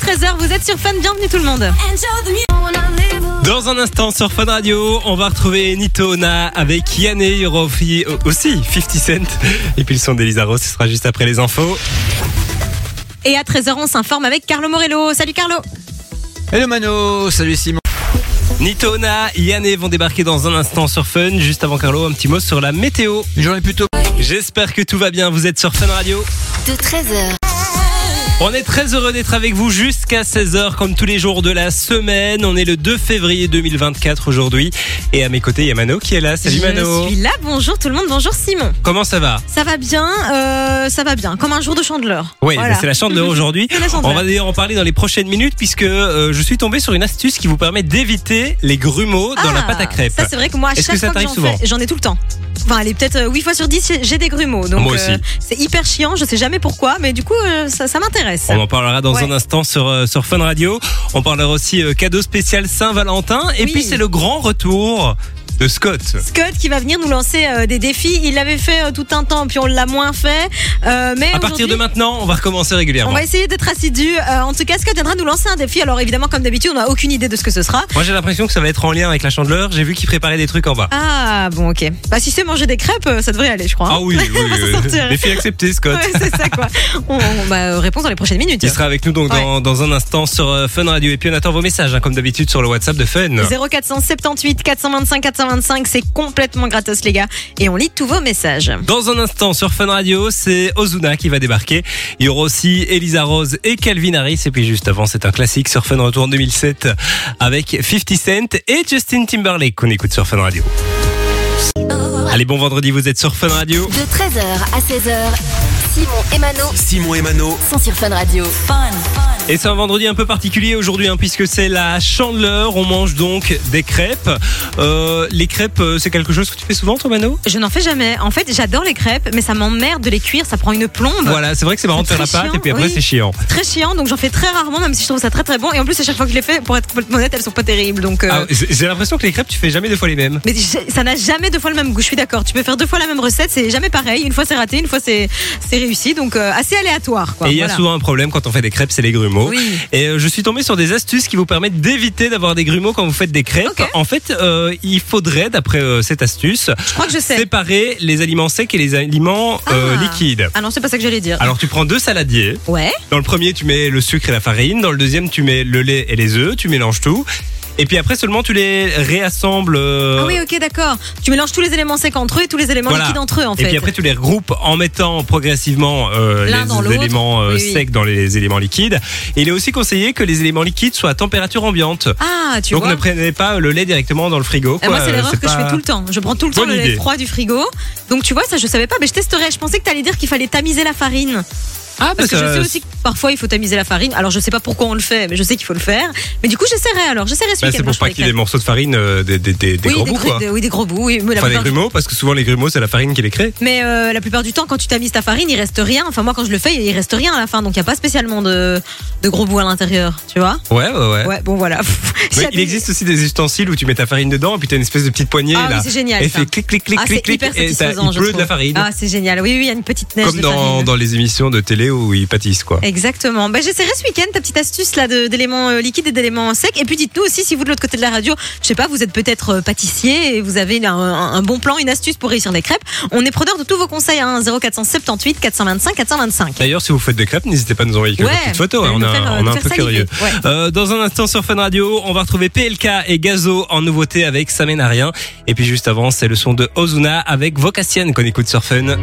13h, vous êtes sur Fun, bienvenue tout le monde. Dans un instant sur Fun Radio, on va retrouver Nitona avec Yanné, il y aura aussi aussi 50 Cent. Et puis le son d'Elisa Ross, ce sera juste après les infos. Et à 13h, on s'informe avec Carlo Morello. Salut Carlo Hello Mano, salut Simon. Nitona, Yanné vont débarquer dans un instant sur Fun. Juste avant Carlo, un petit mot sur la météo. Une journée plutôt. J'espère que tout va bien, vous êtes sur Fun Radio. de 13h On est très heureux d'être avec vous jusqu'à 16h comme tous les jours de la semaine. On est le 2 février 2024 aujourd'hui. Et à mes côtés, il y a Mano qui est là. Salut Mano. Je suis là, bonjour tout le monde, bonjour Simon. Comment ça va Ça va bien, euh, ça va bien, comme un jour de chandeleur. Oui, Voilà. mais c'est la chandeleur aujourd'hui. C'est la chandeleur. On va d'ailleurs en parler dans les prochaines minutes puisque euh, je suis tombé sur une astuce qui vous permet d'éviter les grumeaux dans Ah, la pâte à crêpes. Ça, c'est vrai que moi, à Est-ce chaque que ça fois que t'arrive j'en souvent fais, j'en ai tout le temps. Enfin, allez, peut-être 8 fois sur 10, j'ai- j'ai des grumeaux. Donc, euh, Moi aussi. c'est hyper chiant, je sais jamais pourquoi, mais du coup, euh, ça, ça m'intéresse. On en parlera dans Ouais. un instant sur, euh, sur Fun Radio. On parlera aussi euh, cadeau spécial Saint-Valentin. Et Oui. puis c'est le grand retour de Scott. Scott qui va venir nous lancer euh, des défis. Il l'avait fait euh, tout un temps, puis on l'a moins fait. Euh, mais À partir de aujourd'hui, maintenant, on va recommencer régulièrement. On va essayer d'être assidu. Euh, en tout cas, Scott viendra nous lancer un défi. Alors évidemment, comme d'habitude, on n'a aucune idée de ce que ce sera. Moi j'ai l'impression que ça va être en lien avec la chandeleur. J'ai vu qu'il préparait des trucs en bas. Ah bon, ok. Bah si c'est manger des crêpes, euh, ça devrait aller, je crois. hein. Ah oui, oui, s'en oui. sortir. Défi accepté Scott. Ouais, c'est ça quoi. On, on bah, euh, répond dans les prochaines minutes. Il sera avec nous donc dans, dans un instant sur euh, Fun Radio. Et puis on attend vos messages, hein, comme d'habitude, sur le WhatsApp de Fun. 0478 425 425, c'est complètement gratos les gars. Et on lit tous vos messages. Dans un instant sur Fun Radio, c'est Ozuna qui va débarquer. Il y aura aussi Elisa Rose et Calvin Harris. Et puis juste avant, c'est un classique sur Fun Retour en 2007 avec 50 Cent et Justin Timberlake qu'on écoute sur Fun Radio. Allez, bon vendredi, vous êtes sur Fun Radio. de 13h à 16h Simon et Mano Simon et Mano. sont sur Fun Radio Et c'est un vendredi un peu particulier aujourd'hui, hein, puisque c'est la chandeleur. On mange donc des crêpes. Euh, les crêpes, euh, c'est quelque chose que tu fais souvent, toi, Mano Je n'en fais jamais. En fait, j'adore les crêpes, mais ça m'emmerde de les cuire, ça prend une plombe. Voilà, c'est vrai que c'est marrant de C'est faire la très pâte, et chiant, puis après, oui. c'est chiant. Très chiant, donc j'en fais très rarement, même si je trouve ça très très bon. Et en plus, à chaque fois que je les fais, pour être complètement honnête, elles sont pas terribles. Donc, euh, Ah, j'ai j'ai l'impression que les crêpes, tu fais jamais deux fois les mêmes. Mais j'ai- ça n'a jamais deux fois le même goût, je suis d'accord. Tu peux faire deux fois la même recette, c'est jamais pareil. Une fois c'est raté, une fois c'est c'est réussi. Donc euh, assez aléatoire. Quoi. Et il y a Voilà. souvent un problème quand on fait des crêpes, c'est les grumeaux. Oui. Et euh, je suis tombé sur des astuces qui vous permettent d'éviter d'avoir des grumeaux quand vous faites des crêpes. Ok. En fait, euh, il faudrait, d'après euh, cette astuce, Je crois que je sais. séparer les aliments secs et les aliments euh, Ah. liquides. Ah non, c'est pas ça que j'allais dire. Alors tu prends deux saladiers. Ouais. Dans le premier, tu mets le sucre et la farine. Dans le deuxième, tu mets le lait et les œufs. Tu mélanges tout. Et puis après seulement, tu les réassembles. euh, Ah oui, ok, d'accord. Tu mélanges tous les éléments secs entre eux et tous les éléments Voilà. liquides entre eux en Et fait. puis après, tu les regroupes en mettant progressivement euh, L'un dans les l'autre. éléments Oui, euh, oui. secs dans les éléments liquides. Et il est aussi conseillé que les éléments liquides soient à température ambiante. Ah, tu Donc vois. ne prenez pas le lait directement dans le frigo. Et quoi. Ah, moi, c'est Euh, l'erreur que je pas- fais tout le temps. Je prends tout le temps Bonne le lait idée. froid du frigo. Donc, tu vois, ça, je savais pas, mais je testerai. Je pensais que t'allais dire qu'il fallait tamiser la farine. Ah, Parce que ça- je sais aussi que parfois, il faut tamiser la farine. Alors, je sais pas pourquoi on le fait, mais je sais qu'il faut le faire. Mais du coup, j'essaierai alors. J'essaierai ce bah, week-end c'est quand pour je pas ferai qu'il y ait les des morceaux de farine, euh, des, des- des- des oui, gros des bouts, gros- quoi. des- oui, des gros bouts. Oui, mais la Enfin, des plupart du- grumeaux, parce que souvent les grumeaux, c'est la farine qui les crée. mais euh, la plupart du temps, quand tu tamises ta farine, il reste rien. Enfin, moi, quand je le fais, il reste rien à la fin. Donc, il n'y a pas spécialement de, de gros bouts à l'intérieur, tu vois Ouais, ouais, ouais. Ouais, bon, voilà. Mais J'ai il adoré. existe aussi des ustensiles où tu mets ta farine dedans et puis t'as une espèce de petite poignée Ah, là. oui, c'est génial. et ça. fait clic, clic, clic, Ah, clic, c'est clic, hyper et t'as- satisfaisant, il je pleut de trouve. la farine. Ah, c'est génial. Oui, oui, il y a une petite neige comme de dans, farine. dans les émissions de télé où ils pâtissent, quoi. Exactement. Bah, J'essaierai ce week-end ta petite astuce là de- d'éléments euh, liquides et d'éléments secs. Et puis dites-nous aussi si vous de l'autre côté de la radio, je sais pas, vous êtes peut-être euh, pâtissier et vous avez un, un- un bon plan, une astuce pour réussir des crêpes. On est preneur de tous vos conseils hein. à 0478 425 425. D'ailleurs, si vous faites des crêpes, n'hésitez pas à nous envoyer quelques Ouais, petites photos. vous allez hein, on, nous a- faire, euh, on est nous un faire peu saliver. curieux. Ouais. Euh, dans un instant sur Fun Radio, on va retrouver PLK et Gazo en nouveauté avec Ça mène à rien. Et puis juste avant, c'est le son de Ozuna avec Vocation qu'on écoute sur Fun.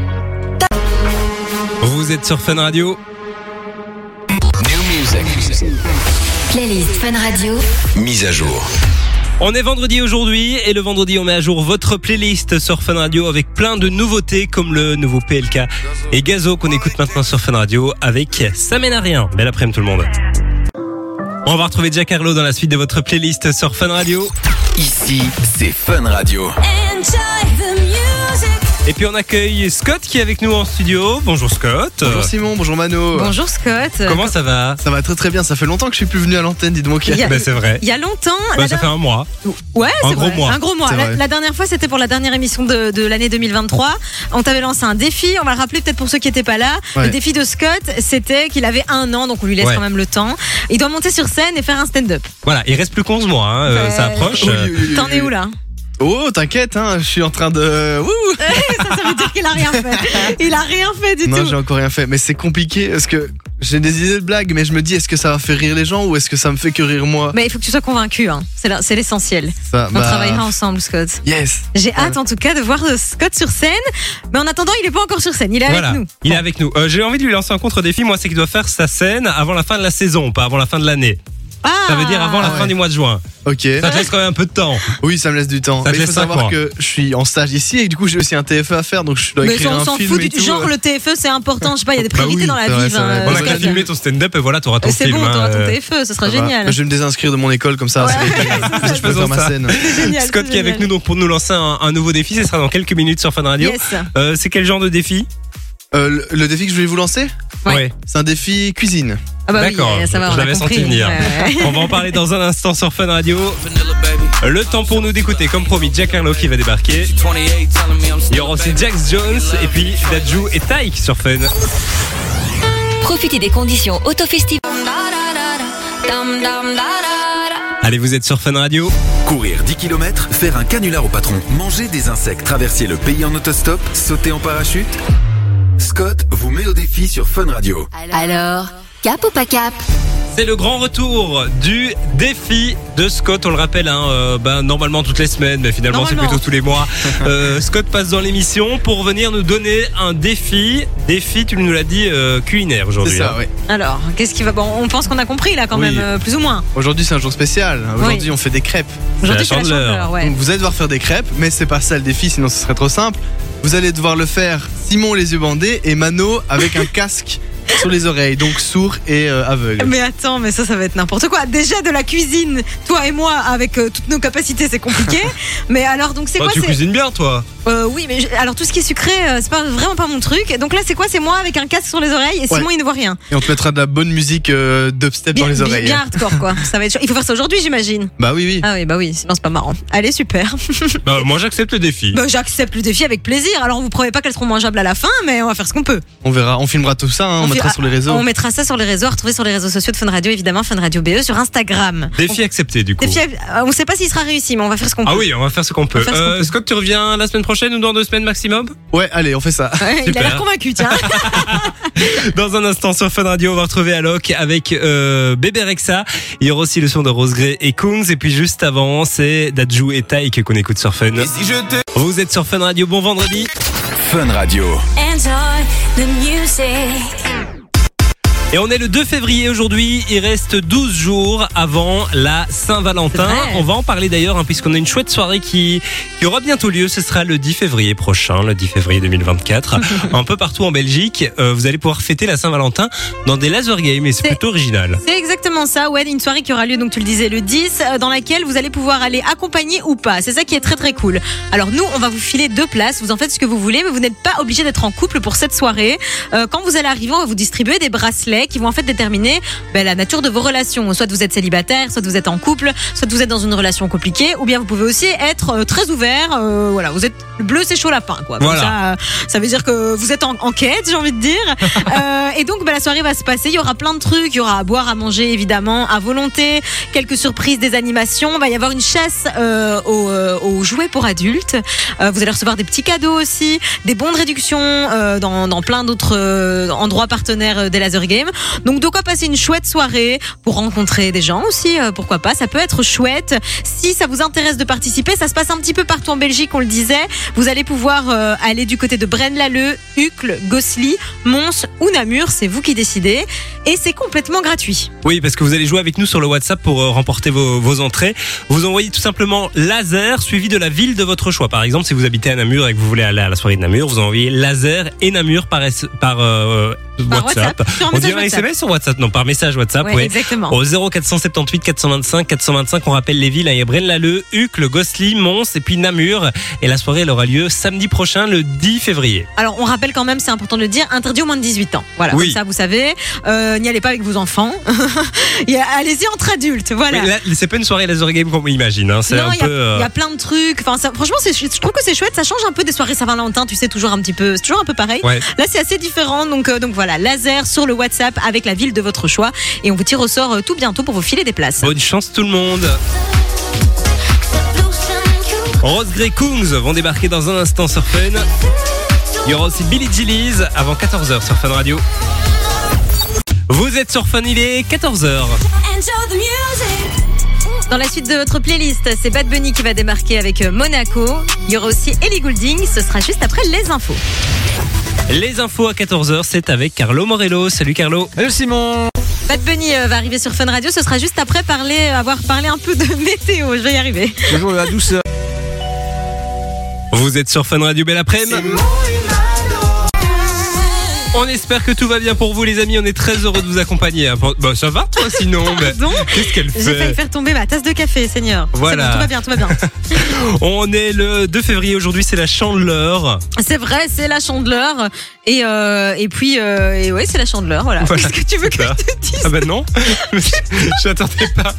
Vous êtes sur Fun Radio. Playlist Fun Radio Mise à jour. On est vendredi aujourd'hui et le vendredi on met à jour votre playlist sur Fun Radio avec plein de nouveautés comme le nouveau PLK et Gazo qu'on écoute maintenant sur Fun Radio avec Ça mène à rien. Belle après-midi tout le monde. On va retrouver Jack Harlow dans la suite de votre playlist sur Fun Radio. Ici, c'est Fun Radio. Et puis on accueille Scott qui est avec nous en studio. Bonjour Scott. Bonjour Simon, bonjour Mano. Bonjour Scott. Comment ça va Ça va très très bien, ça fait longtemps que je suis plus venu à l'antenne, dites donc. Il y a- Ben, C'est vrai. Il y a longtemps. Ben, la ça fait dernière- un mois. Ouais, un c'est gros vrai, mois. Un gros mois. C'est La, vrai. la dernière fois, c'était pour la dernière émission de, de l'année 2023. On t'avait lancé un défi. On va le rappeler peut-être pour ceux qui n'étaient pas là. Le Ouais. défi de Scott, c'était qu'il avait un an, donc on lui laisse Ouais. quand même le temps. Il doit monter sur scène et faire un stand-up. Voilà, il reste plus 11 mois, hein, euh, Ben, ça approche. Oui, oui, oui, oui, T'en es oui. où là Oh, t'inquiète, hein, je suis en train de. Wouhou Ça, ça veut dire qu'il a rien fait. Il a rien fait du Non, tout. j'ai encore rien fait, mais c'est compliqué parce que j'ai des idées de blagues, mais je me dis est-ce que ça va faire rire les gens ou est-ce que ça me fait que rire moi Mais il faut que tu sois convaincu, hein. c'est la- c'est l'essentiel. Ça, bah, On travaillera ensemble, Scott. Yes J'ai hâte en tout cas de voir euh, Scott sur scène. Mais en attendant, il est pas encore sur scène, il est Voilà, avec nous. il est avec nous. Euh, J'ai envie de lui lancer un contre-défi, moi, c'est qu'il doit faire sa scène avant la fin de la saison, pas avant la fin de l'année. Ah Ça veut dire avant la Ah fin ouais. du mois de juin. Ok. Ça te laisse quand même un peu de temps. euh, Oui, ça me laisse du temps. Ça te mais il laisse faut cinq savoir mois. que je suis en stage ici et du coup j'ai aussi un TFE à faire donc je dois Mais écrire on un s'en film. fout du et tout, euh. genre, ouais. le TFE, c'est important. Je sais pas, il y a des Bah oui, priorités dans la c'est vrai, vie. hein. c'est vrai. On Bon, a Scott. qu'à filmer ton stand-up et voilà, t'auras ton C'est film. bon, t'auras ton hein. TFE, ce sera Ça va. génial. Mais Je vais me désinscrire de mon école comme ça. c'est réglé. Je peux faisons faire ma ça. scène. Génial, Scott c'est qui est avec nous génial. donc pour nous lancer un, un nouveau défi, ce sera dans quelques minutes sur Fun Radio. Yes. Euh, c'est quel genre de défi Euh, le- Le défi que je vais vous lancer, Ouais. c'est un défi cuisine. Ah bah oui, D'accord, euh, ça va, on je a l'avais compris. senti venir. Ouais. On va en parler dans un instant sur Fun Radio. Le temps pour nous d'écouter, comme promis, Jack Harlow qui va débarquer. Il y aura aussi Jax Jones et puis Dajou et Tyke sur Fun. Profitez des conditions auto-festival. Allez, vous êtes sur Fun Radio. Courir 10 km, faire un canular au patron, manger des insectes, traverser le pays en autostop, sauter en parachute. Scott vous met au défi sur Fun Radio. Alors, cap ou pas cap C'est le grand retour du défi de Scott. On le rappelle, hein, euh, ben, normalement toutes les semaines, mais finalement c'est Normalement. plutôt tous les mois. Euh, Scott passe dans l'émission pour venir nous donner un défi. Défi, tu nous l'as dit, euh, culinaire C'est aujourd'hui. ça, hein. ouais. Alors, qu'est-ce qui va. Bon, on pense qu'on a compris là quand Oui. même, euh, plus ou moins. Aujourd'hui, c'est un jour spécial. Aujourd'hui, on fait des crêpes. Aujourd'hui, c'est la chandeleur. chandeleur, ouais. Donc, vous allez devoir faire des crêpes, mais c'est pas ça le défi, sinon ce serait trop simple. Vous allez devoir le faire Simon les yeux bandés et Mano avec un casque sur les oreilles, donc sourd et euh, aveugle. Mais attends, mais ça, ça va être n'importe quoi. Déjà de la cuisine, toi et moi, avec euh, toutes nos capacités, c'est compliqué. mais alors, donc c'est Toi, quoi Bah, tu c'est- cuisines bien, toi Euh, Oui, mais je- alors tout ce qui est sucré, euh, c'est pas vraiment pas mon truc. Donc là, c'est quoi C'est moi avec un casque sur les oreilles et Ouais. Simon, il ne voit rien. Et on te mettra de la bonne musique euh, dubstep dans les oreilles. hein. bien hein. hardcore, quoi. ça va être. chaud. Il faut faire ça aujourd'hui, j'imagine. Bah oui, oui. Ah oui, bah oui, sinon c'est pas marrant. Allez, super. Bah, moi j'accepte le défi. Bah, J'accepte le défi avec plaisir. Alors, vous promet pas qu'elles seront mangeables à la fin, mais on va faire ce qu'on peut. On verra, on filmera tout ça, hein, on, On mettra filmera- sur les réseaux. On mettra ça sur les réseaux, à retrouver sur les réseaux sociaux de Fun Radio, évidemment, Fun Radio BE sur Instagram. Défi accepté du coup. Défi, euh, on sait pas s'il sera réussi, mais on va faire ce qu'on Ah peut. oui, on va faire ce qu'on peut. faire ce qu'on Euh, peut. Scott, tu reviens la semaine prochaine ou dans deux semaines maximum Ouais, allez, on fait ça. Ouais, il a Super. l'air convaincu, tiens. Dans un instant sur Fun Radio, on va retrouver Alok avec euh, Bébé Rexa. Il y aura aussi le son de Rose Gray et Kungs. Et puis juste avant, c'est Dajou et Taïk qu'on écoute sur Fun. Vous êtes sur Fun Radio, bon vendredi. Fun Radio. Et on est le 2 février aujourd'hui. Il reste 12 jours avant la Saint-Valentin. C'est vrai. On va en parler d'ailleurs, hein, puisqu'on a une chouette soirée qui, qui aura bientôt lieu. Ce sera le 10 février prochain, le 10 février 2024. un peu partout en Belgique, euh, vous allez pouvoir fêter la Saint-Valentin dans des laser games. Et c'est C'est- plutôt original. C'est exactement ça, ouais, une soirée qui aura lieu, donc tu le disais, le 10, euh, dans laquelle vous allez pouvoir aller accompagner ou pas. C'est ça qui est très très cool. Alors nous, on va vous filer deux places, vous en faites ce que vous voulez, mais vous n'êtes pas obligé d'être en couple pour cette soirée. Euh, quand vous allez arriver, on va vous distribuer des bracelets qui vont en fait déterminer ben, la nature de vos relations. Soit vous êtes célibataire, soit vous êtes en couple, soit vous êtes dans une relation compliquée, ou bien vous pouvez aussi être euh, très ouvert, euh, voilà, vous êtes bleu, c'est chaud lapin, quoi. Comme Voilà. ça, euh, ça veut dire que vous êtes en, en quête, j'ai envie de dire. Euh, et donc, bah, la soirée va se passer. Il y aura plein de trucs. Il y aura à boire, à manger, évidemment, à volonté. Quelques surprises, des animations. Il va y avoir une chasse euh, aux, euh, aux jouets pour adultes. Euh, vous allez recevoir des petits cadeaux aussi, des bons de réduction euh, dans, dans plein d'autres euh, endroits partenaires euh, des Laser Games. Donc, de quoi passer une chouette soirée pour rencontrer des gens aussi. euh, pourquoi pas Ça peut être chouette. Si ça vous intéresse de participer, ça se passe un petit peu partout en Belgique, on le disait. Vous allez pouvoir euh, aller du côté de Braine-l'Alleud, Uccle, Gosselies, Mons ou Namur, c'est vous qui décidez. Et c'est complètement gratuit. Oui, parce que vous allez jouer avec nous sur le WhatsApp pour euh, remporter vos, vos entrées. Vous envoyez tout simplement laser suivi de la ville de votre choix. Par exemple, si vous habitez à Namur et que vous voulez aller à la soirée de Namur, vous envoyez laser et Namur par, S- par, euh, Par WhatsApp. WhatsApp, sur un On message dirait un WhatsApp. SMS sur WhatsApp, non, par message WhatsApp, Ouais, ouais. exactement. Au 0478 425 425, on rappelle les villes, hein, il y a Braine-l'Alleud, Hucle, Gosselies, Mons et puis Namur. Et la soirée, elle aura lieu samedi prochain, le 10 février. Alors, on rappelle quand même, c'est important de le dire, interdit au moins de 18 ans. Voilà, Oui. comme ça, vous savez. Euh, N'y allez pas avec vos enfants. Et Allez-y entre adultes, voilà. Mais là, c'est pas une soirée laser game comme on imagine, hein, c'est Non, un il y, a- peu... euh, il y a plein de trucs. Enfin, ça- franchement, c'est ch- je trouve que c'est chouette. Ça change un peu des soirées Saint-Valentin. Tu sais, toujours un petit peu, c'est toujours un peu pareil. Ouais. Là, c'est assez différent. Donc, euh, donc voilà, laser sur le WhatsApp avec la ville de votre choix. Et on vous tire au sort euh, tout bientôt pour vous filer des places. Bonne chance tout le monde Rose Grey Kungs vont débarquer dans un instant sur Fun. Il y aura aussi Billy Gillies avant 14h sur Fun Radio. Vous êtes sur Fun, il est 14h. Dans la suite de votre playlist, c'est Bad Bunny qui va démarquer avec euh, Monaco. Il y aura aussi Ellie Goulding. Ce sera juste après les infos. Les infos à 14h, c'est avec Carlo Morello. Salut Carlo. Hello Simon Bad Bunny euh, va arriver sur Fun Radio. Ce sera juste après parler, euh, avoir parlé un peu de météo. Je vais y arriver. Bonjour la euh, douceur Vous êtes sur Fun Radio, belle après-midi. On espère que tout va bien pour vous les amis, on est très heureux de vous accompagner. hein. Bon, ça va toi sinon mais Pardon Qu'est-ce qu'elle J'ai failli fait faire tomber ma tasse de café, Seigneur. C'est Voilà. bon, tout va bien, tout va bien. On est le 2 février aujourd'hui, c'est la chandeleur. C'est vrai, c'est la chandeleur. Et, euh, et puis, euh, et ouais, c'est la chandeleur. Voilà. Voilà, Qu'est-ce que tu veux que ça. je te dise Ah ben non, je n'attendais pas.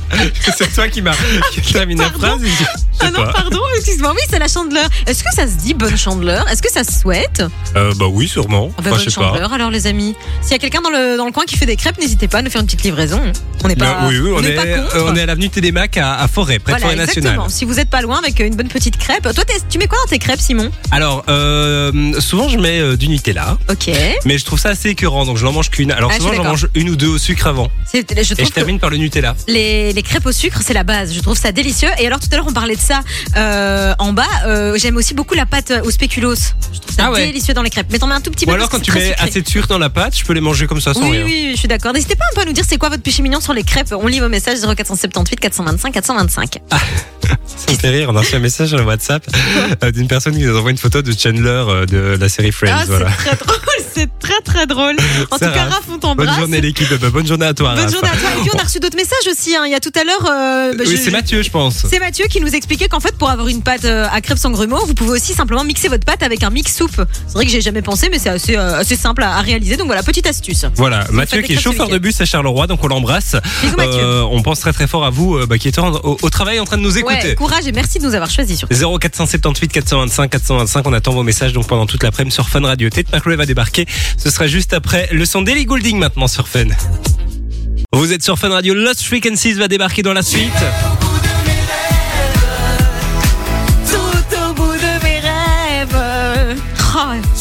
C'est toi qui m'a qui termine la Ah, Pardon. phrase. et je- je sais Ah non, pas. pardon, excuse-moi. Oui, c'est la chandeleur. Est-ce que ça se dit bonne chandeleur Est-ce que ça se souhaite Euh, bah oui, sûrement. Ah bah, Enfin, Bonne chandeleur, alors, les amis. S'il y a quelqu'un dans le, dans le coin qui fait des crêpes, n'hésitez pas à nous faire une petite livraison. On n'est pas, Non, oui, oui, on, n'est est, pas contre. euh, on est à l'avenue Télémac à, à Forêt, près de Voilà, Forêt exactement. Nationale. Si vous êtes pas loin avec une bonne petite crêpe. Toi, t'es- tu mets quoi dans tes crêpes, Simon Alors, euh, souvent je mets euh, du Nutella, Ok. mais je trouve ça assez écœurant, donc je n'en mange qu'une. Alors Ah, je souvent suis j'en d'accord. mange une ou deux au sucre avant, C'est- Je et trouve je que termine par le Nutella. les, les crêpes au sucre, c'est la base. Je trouve ça délicieux. Et alors, tout à l'heure, on parlait de ça euh, en bas. Euh, J'aime aussi beaucoup la pâte au spéculoos. Je trouve ça Ah ouais. délicieux dans les crêpes. Mais t'en mets un tout petit Ou peu. alors parce que quand tu c'est très mets sucré. assez hein. de sucre dans la pâte, je peux les manger comme ça sans Oui, rien. oui, je suis d'accord. N'hésitez pas un peu à nous dire c'est quoi votre péché mignon sur les crêpes. On lit vos messages 0478 425 425. Ah, Ça me fait rire, on a reçu un message sur le WhatsApp euh, d'une personne qui nous envoie une photo de Chandler euh, de la série Friends. Ah, voilà. c'est très drôle, c'est très très drôle. En Ça tout cas, rase. Raph, on Bonne t'embrasse. journée l'équipe, Bah, bonne journée à toi. Bonne Raph. journée à toi. Et puis, on a reçu d'autres messages aussi. hein. Il y a tout à l'heure. euh, bah, Oui, je- c'est Mathieu, je pense. C'est Mathieu qui nous expliquait qu'en fait, pour avoir une pâte euh, à crêpes sans grumeaux, vous pouvez aussi simplement mixer votre pâte avec un mix soupe. C'est vrai que j'ai jamais pensé, mais c'est assez, euh, assez simple à, à réaliser. Donc voilà, petite astuce. Voilà, Mathieu faites qui est des crêpes chauffeur ce de bus à Charleroi, donc on l'embrasse. Bisous, Mathieu. Euh, on pense très très fort à vous euh, bah, qui êtes en- au, au travail en train de nous Ouais, écouter. courage et merci de nous avoir choisis surtout. 0478 425 425, on attend vos messages donc pendant toute l'après-midi sur Fun Radio. Ted McRae va débarquer, ce sera juste après le son d'Ellie Goulding maintenant sur Fun. Vous êtes sur Fun Radio, Lost Frequencies va débarquer dans la suite. Tout au bout de mes rêves. Oh,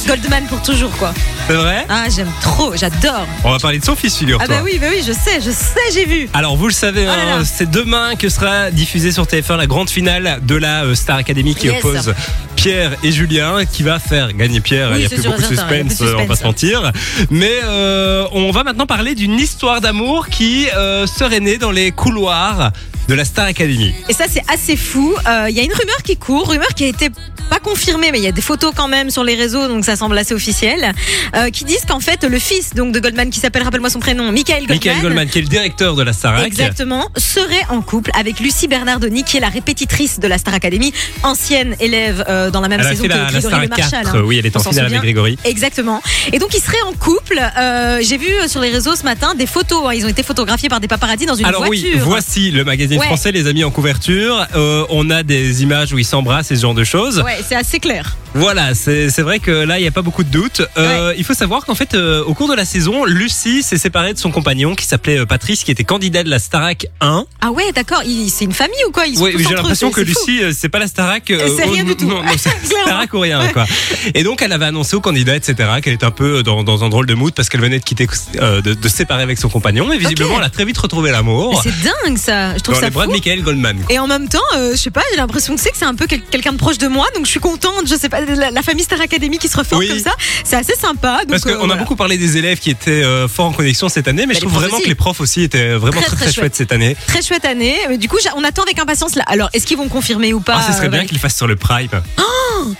Goldman pour toujours, quoi. C'est vrai Ah, j'aime trop, j'adore. On va parler de son fils, figure-toi. Ah, bah oui, bah oui, je sais, je sais, j'ai vu. Alors vous le savez, Oh là hein, là. c'est demain que sera diffusée sur TF1 la grande finale de la euh, Star Academy qui Yes. oppose Pierre et Julien, qui va faire gagner Pierre. Oui, il n'y a c'est plus sûr et beaucoup de certain, il y a suspense, plus de euh, on va suspense. se mentir. Mais euh, on va maintenant parler d'une histoire d'amour qui euh, serait née dans les couloirs de la Star Academy. Et ça, c'est assez fou. Euh, Il y a une rumeur qui court, rumeur qui a été pas confirmée, mais il y a des photos quand même sur les réseaux, donc ça semble assez officiel, euh, qui disent qu'en fait, le fils donc de Goldman, qui s'appelle, rappelle-moi son prénom, Michael Goldman. Michael Goldman, qui est le directeur de la Star Ac. Exactement, serait en couple avec Lucie Bernardoni, qui est la répétitrice de la Star Academy, ancienne élève euh, dans la même Elle a saison fait que la, la Grégory Star Le Marchal. 4, hein. oui, elle est On en s'en finale souvient. avec Grégory. Exactement. Et donc, ils seraient en couple. Euh, J'ai vu euh, sur les réseaux ce matin des photos. hein. Ils ont été photographiés par des paparazzis dans une Alors voiture. oui, voici le magazine Ouais. français, les amis en couverture. Euh, on a des images où ils s'embrassent et ce genre de choses. Ouais, c'est assez clair. Voilà, c'est c'est vrai que là, il n'y a pas beaucoup de doutes. Euh, Il faut savoir qu'en fait, euh, au cours de la saison, Lucie s'est séparée de son compagnon qui s'appelait euh, Patrice, qui était candidat de la Starac 1. Ah ouais, d'accord. Ils- C'est une famille ou quoi Ils sont Ouais, tous j'ai entre eux, l'impression c'est- que c'est fou. Lucie, euh, c'est pas la Starac. euh, C'est oh, rien non, du tout. Non, non, c'est Clairement. Starac ou rien, quoi. Et donc, elle avait annoncé au candidat, etc., qu'elle était un peu euh, dans, dans un drôle de mood parce qu'elle venait de quitter, euh, de, de se séparer avec son compagnon. Et visiblement, Ok. elle a très vite retrouvé Mais l'amour. C'est dingue ça. Je trouve Dans ça c'est Brad fou. Michael Goldman. Et en même temps, euh, je sais pas, j'ai l'impression que c'est que c'est un peu quel- quelqu'un de proche de moi, donc je suis contente. Je sais pas, la, la famille Star Academy qui se reforme Oui. comme ça, c'est assez sympa. Donc, Parce qu'on euh, a voilà. beaucoup parlé des élèves qui étaient euh, forts en connexion cette année, mais Bah, les je trouve profs vraiment aussi. que les profs aussi étaient vraiment très Très, très, très chouettes chouette. cette année. Très chouette année. Mais du coup, j'a- on attend avec impatience. Là. Alors, est-ce qu'ils vont confirmer ou pas Ah, ce serait euh, bien Valérie qu'ils le fassent sur le Prime.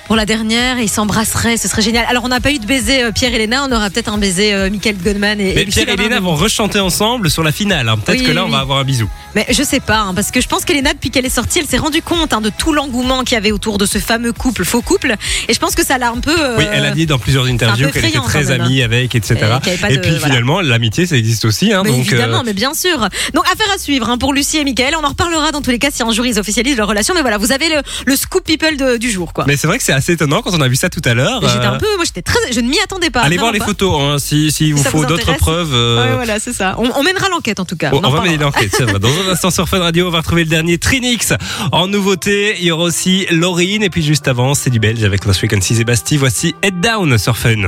Pour la dernière, ils s'embrasseraient, ce serait génial. Alors, on n'a pas eu de baiser euh, Pierre et Léna, on aura peut-être un baiser euh, Michael Goldman et, Mais et Lucie Pierre et Bernard. Léna vont rechanter ensemble sur la finale. hein. Peut-être Oui, que là, oui, on va oui. avoir un bisou. Mais je sais pas, hein, parce que je pense qu'Elena, depuis qu'elle est sortie, elle s'est rendue compte hein, de tout l'engouement qu'il y avait autour de ce fameux couple, faux couple. Et je pense que ça l'a un peu. euh, Oui, elle a dit dans plusieurs interviews qu'elle était effrayant, très quand même, hein. amie avec, etc. Et qu'il y avait pas Et de- puis voilà. finalement, l'amitié, ça existe aussi. hein, Mais donc, euh, évidemment, mais bien sûr. Donc affaire à suivre hein, pour Lucie et Michael. On en reparlera dans tous les cas si un jour ils officialisent leur relation. Mais voilà, vous avez le, le scoop people de- du jour, quoi. mais c'est vrai que c'est assez étonnant quand on a vu ça tout à l'heure. J'étais euh, un peu, moi j'étais très, je ne m'y attendais pas. Allez voir vraiment les pas. photos hein, si, si vous ça faut vous d'autres intéresse. preuves. euh, Ouais, voilà, c'est ça. On, on mènera l'enquête en tout cas. Bon, en on va parlera. mener l'enquête, c'est vrai. Dans un instant sur Fun Radio, on va retrouver le dernier Trinix. En nouveauté, il y aura aussi Laurine. Et puis juste avant, c'est du belge avec Last Weekend 6 et Basti. Voici Head Down sur Fun.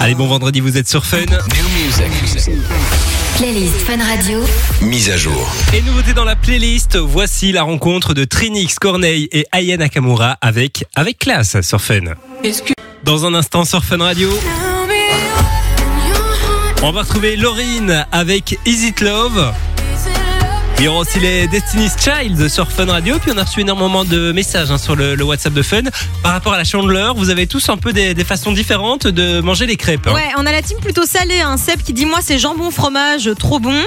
Allez, bon vendredi, vous êtes sur Fun. Playlist Fun Radio. Mise à jour. Et nouveauté dans la playlist, voici la rencontre de Trinix, Corneille et Aya Nakamura avec, avec classe sur Fun. Dans un instant sur Fun Radio. On va retrouver Laurine avec Is It Love. Il y aura aussi les Destiny's Child sur Fun Radio. Puis on a reçu énormément de messages hein, sur le, le WhatsApp de Fun. Par rapport à la chandeleur, vous avez tous un peu des, des façons différentes de manger les crêpes. hein. Ouais, on a la team plutôt salée, hein. Seb qui dit moi c'est jambon fromage trop bon.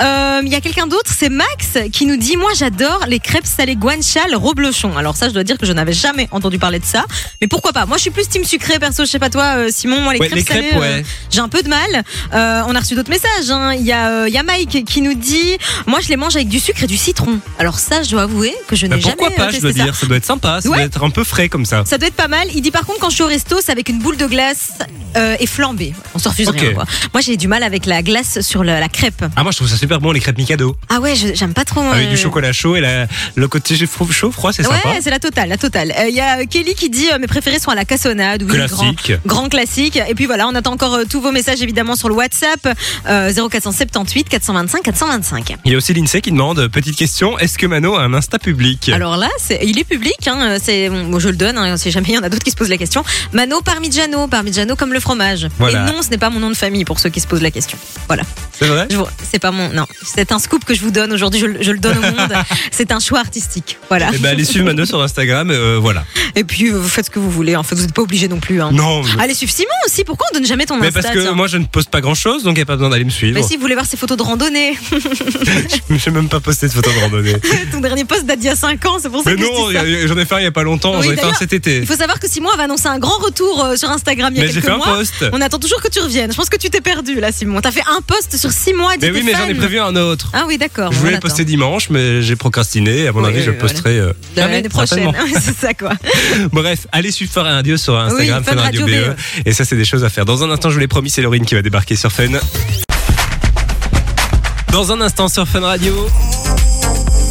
Euh, Il y a quelqu'un d'autre, c'est Max qui nous dit moi j'adore les crêpes salées guanchal reblochon. Alors ça je dois dire que je n'avais jamais entendu parler de ça, mais pourquoi pas Moi je suis plus team sucré perso, je sais pas toi euh, Simon, moi les Ouais, crêpes les crêpes, salées euh, ouais. j'ai un peu de mal. Euh, on a reçu d'autres messages. hein. Il y a euh, il y a Mike qui nous dit moi je les mange avec du sucre et du citron. Alors ça je dois avouer que je Bah, n'ai jamais pourquoi euh, pas, je testé dois ça. dire. Ça doit être sympa, ça Ouais. doit être un peu frais comme ça. Ça doit être pas mal. Il dit par contre quand je suis au resto, c'est avec une boule de glace euh, et flambée. On se refuse Ok. rien. Quoi. Moi j'ai du mal avec la glace sur la, la crêpe. Ah moi je trouve ça super bon les crêpes Mikado Ah ouais, je- j'aime pas trop. avec euh, du chocolat chaud et la- le côté chaud chaud, froid c'est sympa. Ouais, c'est la totale, la totale. Euh, Il y a Kelly qui dit euh, mes préférés sont à la cassonade, oui, grand, Classique. grand classique. Et puis voilà, on attend encore euh, tous vos messages évidemment sur le WhatsApp euh, 0478 425 425. Il y a aussi l'INSEE qui demande euh, petite question est-ce que Mano a un Insta public Alors là, c'est- il est public, hein, c'est, bon, je le donne, hein, si jamais il y en a d'autres qui se posent la question. Mano Parmigiano, Parmigiano comme le fromage. Voilà. Et non, ce n'est pas mon nom de famille pour ceux qui se posent la question. Voilà. C'est vrai Je vous- C'est pas mon. Non, c'est un scoop que je vous donne aujourd'hui. Je, le- je le donne au monde. c'est un choix artistique. Voilà. Eh ben allez suivre Mano sur Instagram euh, voilà. Et puis euh, vous faites ce que vous voulez. En fait, vous n'êtes pas obligé non plus. Hein. Non. je- Allez suivre Simon aussi. Pourquoi on donne jamais ton Mais Insta, parce que tiens moi je ne poste pas grand chose donc il n'y a pas besoin d'aller me suivre. Mais si vous voulez voir ses photos de randonnée, Je n'ai même pas posté de photo de randonnée. ton dernier post date d'il y a 5 ans, c'est pour ça Mais que je dis non, ça. il y a- j'en ai fait un il n'y a pas longtemps, Oui, j'en ai fait un d'ailleurs, cet été. Il faut savoir que Simon avait annoncé un grand retour euh, sur Instagram il y a Mais j'ai quelques fait un mois. post. On attend toujours que tu reviennes. Je pense que tu t'es perdu là, Simon. T'as fait un post sur 6 mois. dis Mais tes oui mais j'en ai fans. prévu un autre. Ah oui, d'accord. Je bon, on voulais attend. poster dimanche mais j'ai procrastiné à mon Oui, avis je le voilà. posterai euh, De l'année prochaine. certainement. c'est ça quoi. Bref, allez suivre Fun Radio sur Instagram, Oui, Fun Fun Radio Radio BE. Et ça, c'est des choses à faire. Dans un instant, je vous l'ai promis, c'est Laurine qui va débarquer sur Fun. Dans un instant sur Fun Radio,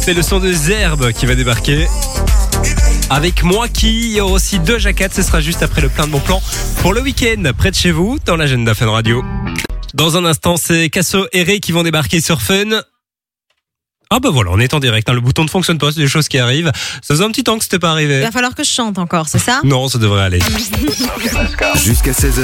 c'est le son de Zerbe qui va débarquer. Avec moi qui, il y aura aussi deux jaquettes, ce sera juste après le plein de mon plan pour le week-end, près de chez vous, dans l'agenda Fun Radio. Dans un instant, c'est Casso et Ray qui vont débarquer sur Fun. Ah bah voilà, on est en direct, hein. le bouton ne fonctionne pas, c'est des choses qui arrivent. Ça faisait un petit temps que c'était pas Il arrivé. va falloir que je chante encore, c'est ça Non, ça devrait Ah aller. Jusqu'à 16h,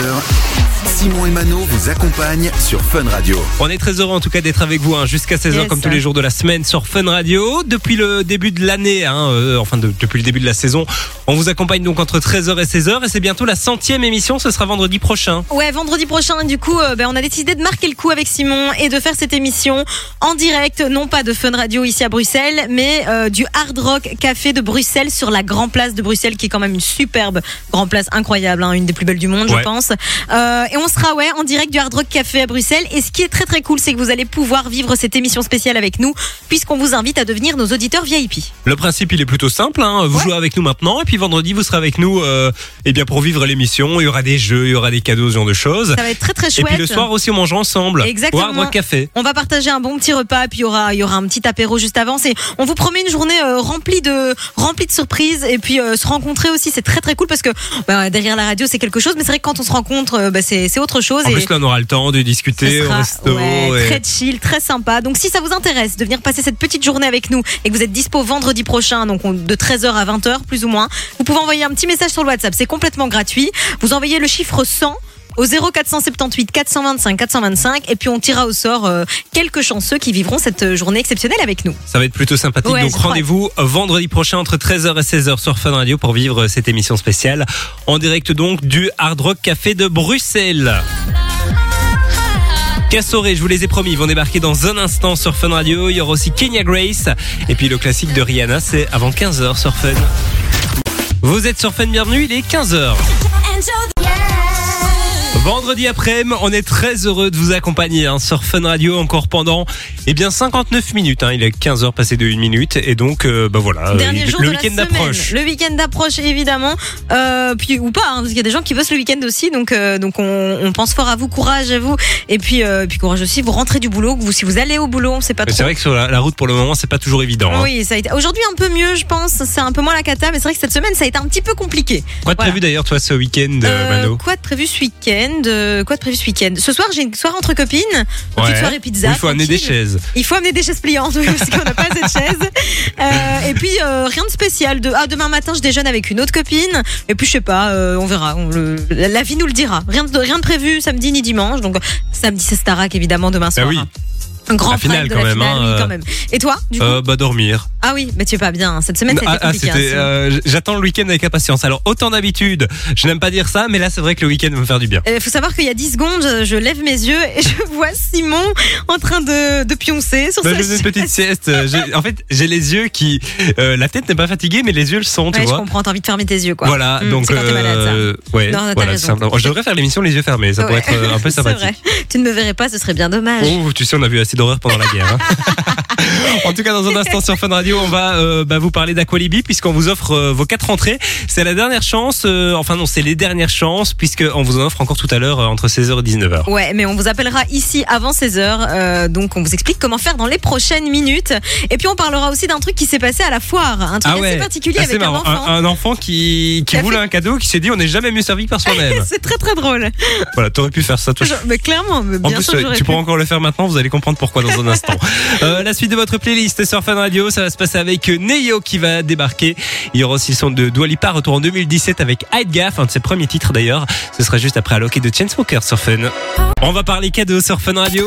Simon et Mano vous accompagnent sur Fun Radio. On est très heureux en tout cas d'être avec vous hein, jusqu'à 16h Yes. comme tous les jours de la semaine sur Fun Radio. Depuis le début de l'année, hein, euh, enfin de- depuis le début de la saison, on vous accompagne donc entre 13h et 16h et c'est bientôt la centième émission, ce sera vendredi prochain. Ouais, vendredi prochain, du coup, euh, ben, on a décidé de marquer le coup avec Simon et de faire cette émission en direct, non pas de Fun Radio ici à Bruxelles, mais euh, du Hard Rock Café de Bruxelles sur la Grand Place de Bruxelles, qui est quand même une superbe Grand Place, incroyable, hein, une des plus belles du monde, Ouais. je pense. Euh, et on sera ouais en direct du Hard Rock Café à Bruxelles. Et ce qui est très très cool, c'est que vous allez pouvoir vivre cette émission spéciale avec nous, puisqu'on vous invite à devenir nos auditeurs VIP. Le principe il est plutôt simple, hein, vous jouez avec nous maintenant et puis vendredi vous serez avec nous euh, eh bien pour vivre l'émission, il y aura des jeux, il y aura des cadeaux, ce genre de choses. Ça va être très très Et chouette. puis le soir aussi on mange ensemble. Exactement. Boire, boire café. On va partager un bon petit repas, puis il y aura, il y aura un petit petit apéro juste avant. C'est, on vous promet une journée euh, remplie de remplie de surprises et puis euh, se rencontrer aussi, c'est très très cool parce que bah, derrière la radio c'est quelque chose, mais c'est vrai que quand on se rencontre, euh, bah, c'est c'est autre chose. En et plus, là, on aura le temps de ce discuter sera, au resto. ouais, et- très chill, très sympa. Donc si ça vous intéresse de venir passer cette petite journée avec nous et que vous êtes dispo vendredi prochain, donc on- de 13h à 20h plus ou moins, vous pouvez envoyer un petit message sur le WhatsApp, c'est complètement gratuit. Vous envoyez le chiffre 100 au 0478 425 425 et puis on tirera au sort euh, quelques chanceux qui vivront cette euh, journée exceptionnelle avec nous. Ça va être plutôt sympathique. Ouais, Donc je crois. rendez-vous vendredi prochain entre 13h et 16h sur Fun Radio pour vivre cette émission spéciale en direct donc du Hard Rock Café de Bruxelles. Cassoré, je vous les ai promis, ils vont débarquer dans un instant sur Fun Radio. Il y aura aussi Kenya Grace. Et puis le classique de Rihanna, c'est avant 15h sur Fun. Vous êtes sur Fun, bienvenue, il est 15h. Vendredi après-midi, on est très heureux de vous accompagner hein, sur Fun Radio encore pendant eh bien 59 minutes. hein. il est 15h passé de 1 minute et donc euh, bah voilà, euh, Dernier il- jour le de la week-end semaine. approche. Le week-end approche évidemment, Euh, puis ou pas, hein, parce qu'il y a des gens qui bossent le week-end aussi, donc euh, donc on, on pense fort à vous, courage à vous, et puis euh, puis courage aussi. Vous rentrez du boulot, que vous si vous allez au boulot, on sait pas Mais trop. C'est vrai que sur la, la route pour le moment, c'est pas toujours évident. hein. Oui, ça a été aujourd'hui un peu mieux, je pense. C'est un peu moins la cata, mais c'est vrai que cette semaine ça a été un petit peu compliqué. Quoi de Voilà. prévu d'ailleurs toi ce week-end, euh, Euh, Mano quoi de prévu ce week-end Euh, Quoi de prévu ce week-end Ce soir, j'ai une soirée entre copines, une Ouais. petite soirée pizza. Oui, Il faut amener des tranquille. chaises. Il faut amener des chaises pliantes oui, parce qu'on n'a pas assez de chaises. Euh, et puis euh, rien de spécial. De ah demain matin je déjeune avec une autre copine. Et puis je sais pas, euh, on verra. On le- la, la vie nous le dira. Rien de rien de prévu samedi ni dimanche. Donc samedi c'est Starak évidemment demain Bah soir. oui, hein. Un grand La finale, fight de quand la même, finale, hein, oui, euh. quand même. Et toi du coup Euh, bah dormir. Ah oui, mais tu es pas bien. hein. Cette semaine ça a été Ah, ah, compliqué. c'était, hein, euh, j- J'attends le week-end avec impatience. Alors autant d'habitude, je n'aime pas dire ça, mais là c'est vrai que le week-end va me faire du bien. Il Euh, faut savoir qu'il y a 10 secondes, je- je lève mes yeux et je vois Simon en train de, de pioncer sur Bah, sa je faisais une chaise. petite sieste. euh, j'ai- En fait, j'ai les yeux qui, euh, la tête n'est pas fatiguée, mais les yeux le sont, tu Ouais, je vois. comprends, t'as envie de fermer tes yeux quoi. hein. Voilà, Hum, donc c'est quand t'es malade, ça. euh, ouais, Non, t'as voilà, raison. tout simplement. Je devrais faire l'émission les yeux fermés, ça pourrait Ouais. être euh, un peu C'est vrai. Ah, sympathique. Tu ne me verrais pas, ce serait bien dommage. Oh, tu sais, on a vu assez d'horreur pendant la guerre. hein. en tout cas, dans un instant sur Fun Radio, on va euh, bah, vous parler d'Aqualibi puisqu'on vous offre euh, vos quatre entrées. C'est la dernière chance, euh, enfin non, c'est les dernières chances puisqu'on vous en offre encore tout à l'heure euh, entre 16h et 19h. Ouais, mais on vous appellera ici avant 16h. euh, donc, on vous explique comment faire dans les prochaines minutes. Et puis, on parlera aussi d'un truc qui s'est passé à la foire. Un truc Ah ouais, assez particulier Assez avec un marrant. enfant. Un, un enfant qui, qui Qui a voulait fait- un cadeau, qui s'est dit on n'est jamais mieux servi par soi-même. C'est très très drôle. voilà, t'aurais pu faire ça toi. Genre, mais clairement, mais En bien plus, euh, sûr, j'aurais tu pu. pourras encore le faire maintenant, vous allez comprendre pourquoi dans un instant. Euh, la suite de votre playlist sur Fun Radio, ça va se passer avec euh, Neo qui va débarquer. Il y aura aussi le son de Dua Lipa, retour en 2017 avec Hyde Gaff, un de ses premiers titres d'ailleurs. Ce sera juste après Alloqué de Chainsmokers sur Fun. On va parler cadeaux sur Fun Radio.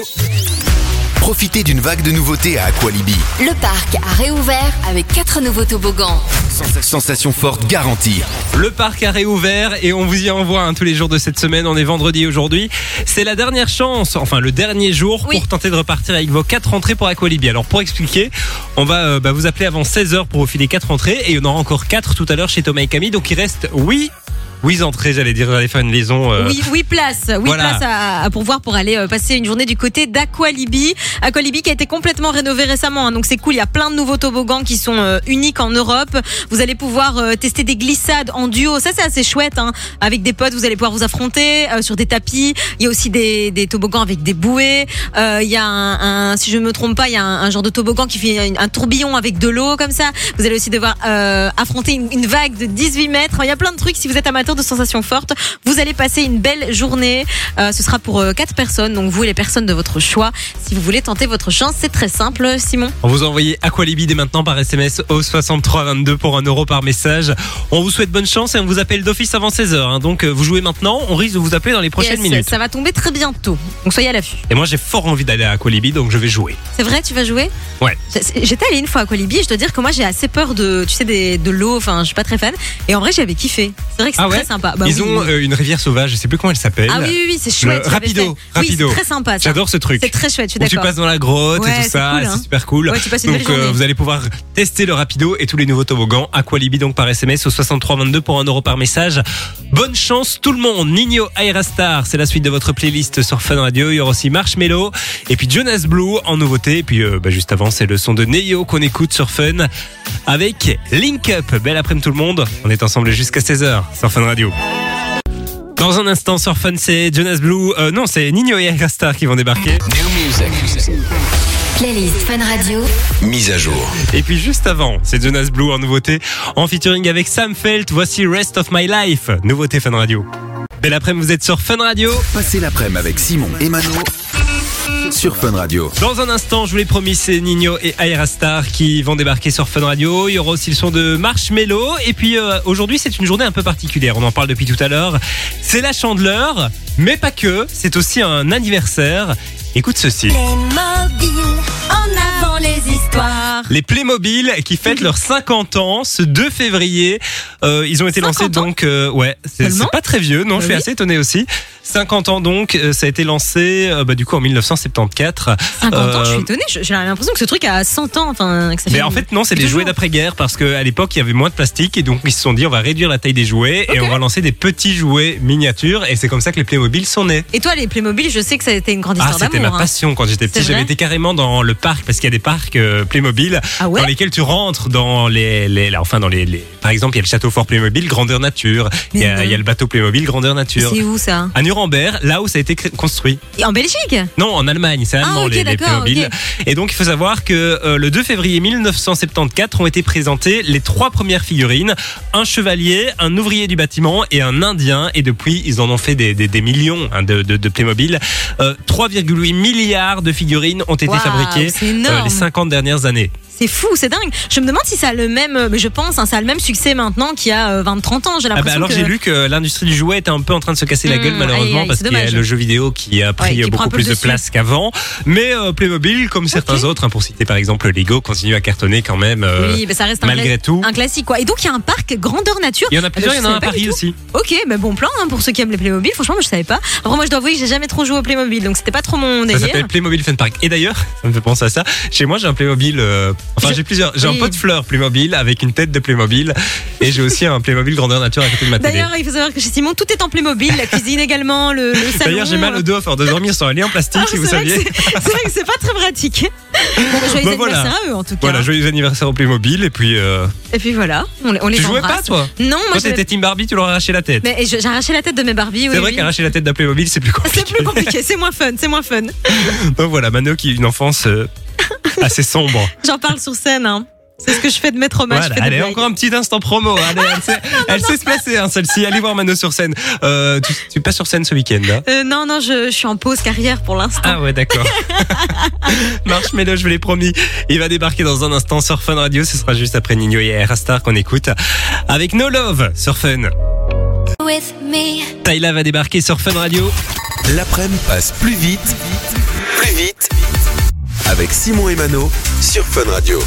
Profitez d'une vague de nouveautés à Aqualibi. Le parc a réouvert avec quatre nouveaux toboggans. Sensa- Sensation forte garantie. Le parc a réouvert et on vous y envoie hein, tous les jours de cette semaine. On est vendredi aujourd'hui. C'est la dernière chance, enfin le dernier jour Oui. pour tenter de repartir avec vos quatre entrées pour Aqualibi. Alors pour expliquer, on va euh, bah, vous appeler avant 16h pour vous filer quatre entrées et il y en aura encore quatre tout à l'heure chez Thomas et Camille. Donc il reste oui, oui entrées, j'allais dire, j'allais faire une liaison. euh, Oui, oui, place, oui, Voilà. place à, à pourvoir pour aller euh, passer une journée du côté d'Aqualibi. Aqualibi qui a été complètement rénové récemment, hein, donc c'est cool. Il y a plein de nouveaux toboggans qui sont euh, uniques en Europe. Vous allez pouvoir euh, tester des glissades en duo, ça c'est assez chouette. hein. Avec des potes, vous allez pouvoir vous affronter euh, sur des tapis. Il y a aussi des, des toboggans avec des bouées. Euh, il y a un, un- si je ne me trompe pas, il y a un, un genre de toboggan qui fait un, un tourbillon avec de l'eau comme ça. Vous allez aussi devoir euh, affronter une, une vague de 18 mètres. Il y a plein de trucs. Si vous êtes amateur de sensations fortes, vous allez passer une belle journée. Euh, ce sera pour euh, quatre personnes, donc vous et les personnes de votre choix. Si vous voulez tenter votre chance, c'est très simple, Simon. On vous envoyez Aqualibi dès maintenant par SMS au 6322 pour 1 euro par message. On vous souhaite bonne chance et on vous appelle d'office avant 16h. hein. Donc euh, vous jouez maintenant, on risque de vous appeler dans les prochaines Yes, minutes. Ça va tomber très bientôt. Donc soyez à l'affût. Et moi j'ai fort envie d'aller à Aqualibi, donc je vais jouer. C'est vrai, tu vas jouer Ouais. C'est- J'étais allée une fois à Colibi et je dois dire que moi j'ai assez peur de, tu sais, des- de l'eau, enfin je suis pas très fan. Et en vrai j'avais kiffé. C'est vrai que c'est Ah ouais très sympa. Bah Ils oui. ont euh, une rivière sauvage, je sais plus comment elle s'appelle. Ah oui, oui, oui, c'est chouette. Le j'avais rapido, fait. Oui, rapido. c'est très sympa ça. J'adore ce truc. C'est très chouette, je suis Où tu d'accord. passes dans la grotte Ouais, et tout c'est ça, cool, hein. c'est super cool. Ouais, tu passes une donc belle euh, journée. vous allez pouvoir tester le rapido et tous les nouveaux toboggans Aqualibi donc par SMS au 6322 pour 1 euro par message. Bonne chance tout le monde. Nino Aerastar, c'est la suite de votre playlist sur Fun Radio. Il y aura aussi Marshmello et puis Jonas Blue en nouveauté. Et puis euh, bah, juste avant, c'est le son de Neo qu'on écoute sur Fun avec Link Up. Belle après-midi tout le monde. On est ensemble jusqu'à 16h sur Fun Radio. Dans un instant sur Fun, c'est Jonas Blue. euh, non, c'est Nino et Aerastar qui vont débarquer. Playlist Fun Radio. Mise à jour. Et puis juste avant, c'est Jonas Blue en nouveauté, en featuring avec Sam Felt. Voici Rest of My Life, nouveauté Fun Radio. Belle après-midi, vous êtes sur Fun Radio. Passez l'après-midi avec Simon et Mano sur Fun Radio. Dans un instant, je vous l'ai promis, c'est Nino et Aira Star qui vont débarquer sur Fun Radio. Il y aura aussi le son de Marshmello. Et puis euh, aujourd'hui, c'est une journée un peu particulière. On en parle depuis tout à l'heure. C'est la chandeleur, mais pas que. C'est aussi un anniversaire. Écoute ceci. Les mobiles, en avant les histoires. Les Playmobil qui fêtent leurs 50 ans ce 2 février. Euh, ils ont été lancés 50 ans donc euh, ouais, c'est Seulement c'est pas très vieux. Non, Bah je suis oui. assez étonné aussi. 50 ans donc, euh, ça a été lancé euh, bah, du coup en 1974. 50 ans, Ah, je Euh, suis étonnée. Je- J'ai l'impression que ce truc a 100 ans. Enfin, que ça Mais fait- en fait non, c'est fait des jouets toujours. d'après-guerre parce qu'à l'époque il y avait moins de plastique et donc ils se sont dit on va réduire la taille des jouets et on va lancer des petits jouets miniatures et c'est comme ça que les Playmobil sont nés. Et toi, les Playmobil, je sais que ça a été une grande Ah histoire c'était ma d'amour. hein. passion quand j'étais petit, C'est j'avais vrai été carrément dans le parc parce qu'il y a des parcs euh, Playmobil Ah ouais dans lesquels tu rentres dans les, les- là, enfin dans les, les- par exemple il y a le château fort Playmobil grandeur nature il y, Mais a, non. il y a le bateau Playmobil grandeur nature C'est où ça à Nuremberg là où ça a été cré- construit Et En Belgique non en Allemagne c'est allemand Ah, ok, les, les d'accord, Playmobil ok. et donc il faut savoir que euh, le 2 février 1974 ont été présentées les trois premières figurines un chevalier un ouvrier du bâtiment et un indien et depuis ils en ont fait des, des- des millions hein, de, de- de Playmobil Euh, 3,8 milliards de figurines ont été Waouh, fabriquées C'est euh, énorme. les 50 dernières années C'est fou, c'est dingue. Je me demande si ça a le même, mais je pense, hein, ça a le même succès maintenant qu'il y a euh, 20-30 ans. J'ai Ah bah l'impression alors que- j'ai lu que l'industrie du jouet était un peu en train de se casser la Mmh, gueule aïe, malheureusement aïe, parce c'est qu'il y a dommage. le jeu vidéo qui a pris qui prend un beaucoup peu plus le de dessus. place qu'avant. Mais euh, Playmobil, comme certains autres, hein, pour citer par exemple Lego, continue à cartonner quand même euh, Oui, mais ça reste un, malgré cla- tout. un classique quoi. Et donc il y a un parc grandeur nature. Il y en a Ah bah, plusieurs, je il y en a un savais à pas du Paris tout. aussi. Ok, mais bon plan hein, pour ceux qui aiment les Playmobil. Franchement, moi je savais pas. Après moi je dois avouer que j'ai jamais trop joué aux Playmobil, donc c'était pas trop mon Ça délire. s'appelle Playmobil Fun Park. Et d'ailleurs, ça me fait penser à ça. Chez moi, j'ai un Playmobil. euh, enfin, Je- j'ai plusieurs. J'ai un Oui. pot de fleurs Playmobil avec une tête de Playmobil. Et j'ai aussi un Playmobil grandeur nature à côté de ma télé. D'ailleurs, il faut savoir que chez Simon, tout est en Playmobil, la cuisine également, le, le salon. D'ailleurs, j'ai mal au dos à force de dormir sur un lit en plastique, Ah, si c'est vous vrai que saviez. C'est c'est vrai que c'est pas très pratique. Bon, bah, joyeux Bah, anniversaire voilà. à eux en tout cas. Voilà, joyeux anniversaire au Playmobil. Et puis, euh, Et puis voilà, on, les- on les tu jouais pas, embrasse. toi Non, moi Quand j'avais- t'étais Team Barbie, tu leur as arraché la tête. Mais je- j'ai arraché la tête de mes Barbies. oui, C'est vrai oui. Ah, qu'arracher la tête d'un Playmobil, c'est plus compliqué. C'est plus compliqué, c'est moins fun, c'est moins fun. Donc voilà, Mano qui a une enfance euh, assez sombre. J'en parle sur scène, hein. C'est ce que je fais de mettre hommage. Voilà, je fais des allez, blagues. encore un petit instant promo. hein, Allez, elle sait, elle sait se placer, hein, celle-ci. Allez voir Mano sur scène. Euh, tu, tu es pas sur scène ce week-end, là Euh, non, non, je, je suis en pause carrière pour l'instant. Ah ouais, d'accord. Marshmello, je vous l'ai promis. Il va débarquer dans un instant sur Fun Radio. Ce sera juste après Nino et Rastar qu'on écoute avec No Love sur Fun. With me. Tyla va débarquer sur Fun Radio. L'après-midi passe plus vite, plus vite avec Simon et Mano sur Fun Radio.